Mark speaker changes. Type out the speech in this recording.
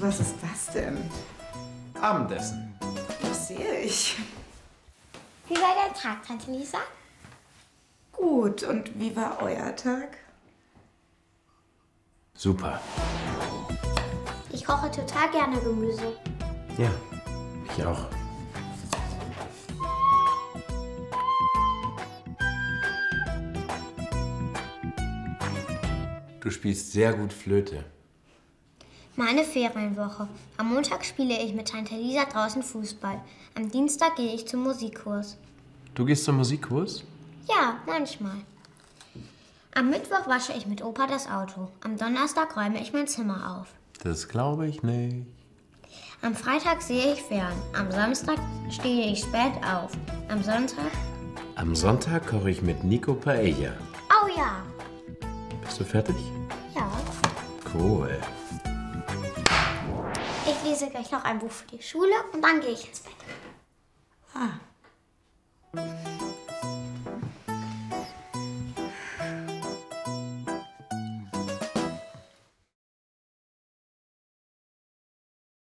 Speaker 1: Was ist das denn?
Speaker 2: Abendessen.
Speaker 1: Was sehe ich?
Speaker 3: Wie war dein Tag, Tante Lisa?
Speaker 1: Gut, und wie war euer Tag?
Speaker 2: Super.
Speaker 3: Ich koche total gerne Gemüse.
Speaker 2: Ja, ich auch. Du spielst sehr gut Flöte.
Speaker 3: Meine Ferienwoche. Am Montag spiele ich mit Tante Lisa draußen Fußball. Am Dienstag gehe ich zum Musikkurs.
Speaker 2: Du gehst zum Musikkurs?
Speaker 3: Ja, manchmal. Am Mittwoch wasche ich mit Opa das Auto. Am Donnerstag räume ich mein Zimmer auf.
Speaker 2: Das glaube ich nicht.
Speaker 3: Am Freitag sehe ich fern. Am Samstag stehe ich spät auf. Am Sonntag?
Speaker 2: Am Sonntag koche ich mit Nico Paella.
Speaker 3: Oh ja.
Speaker 2: Bist du fertig?
Speaker 3: Ja.
Speaker 2: Cool.
Speaker 3: Ich lese gleich noch ein Buch für die Schule und dann gehe ich ins Bett.
Speaker 1: Ah.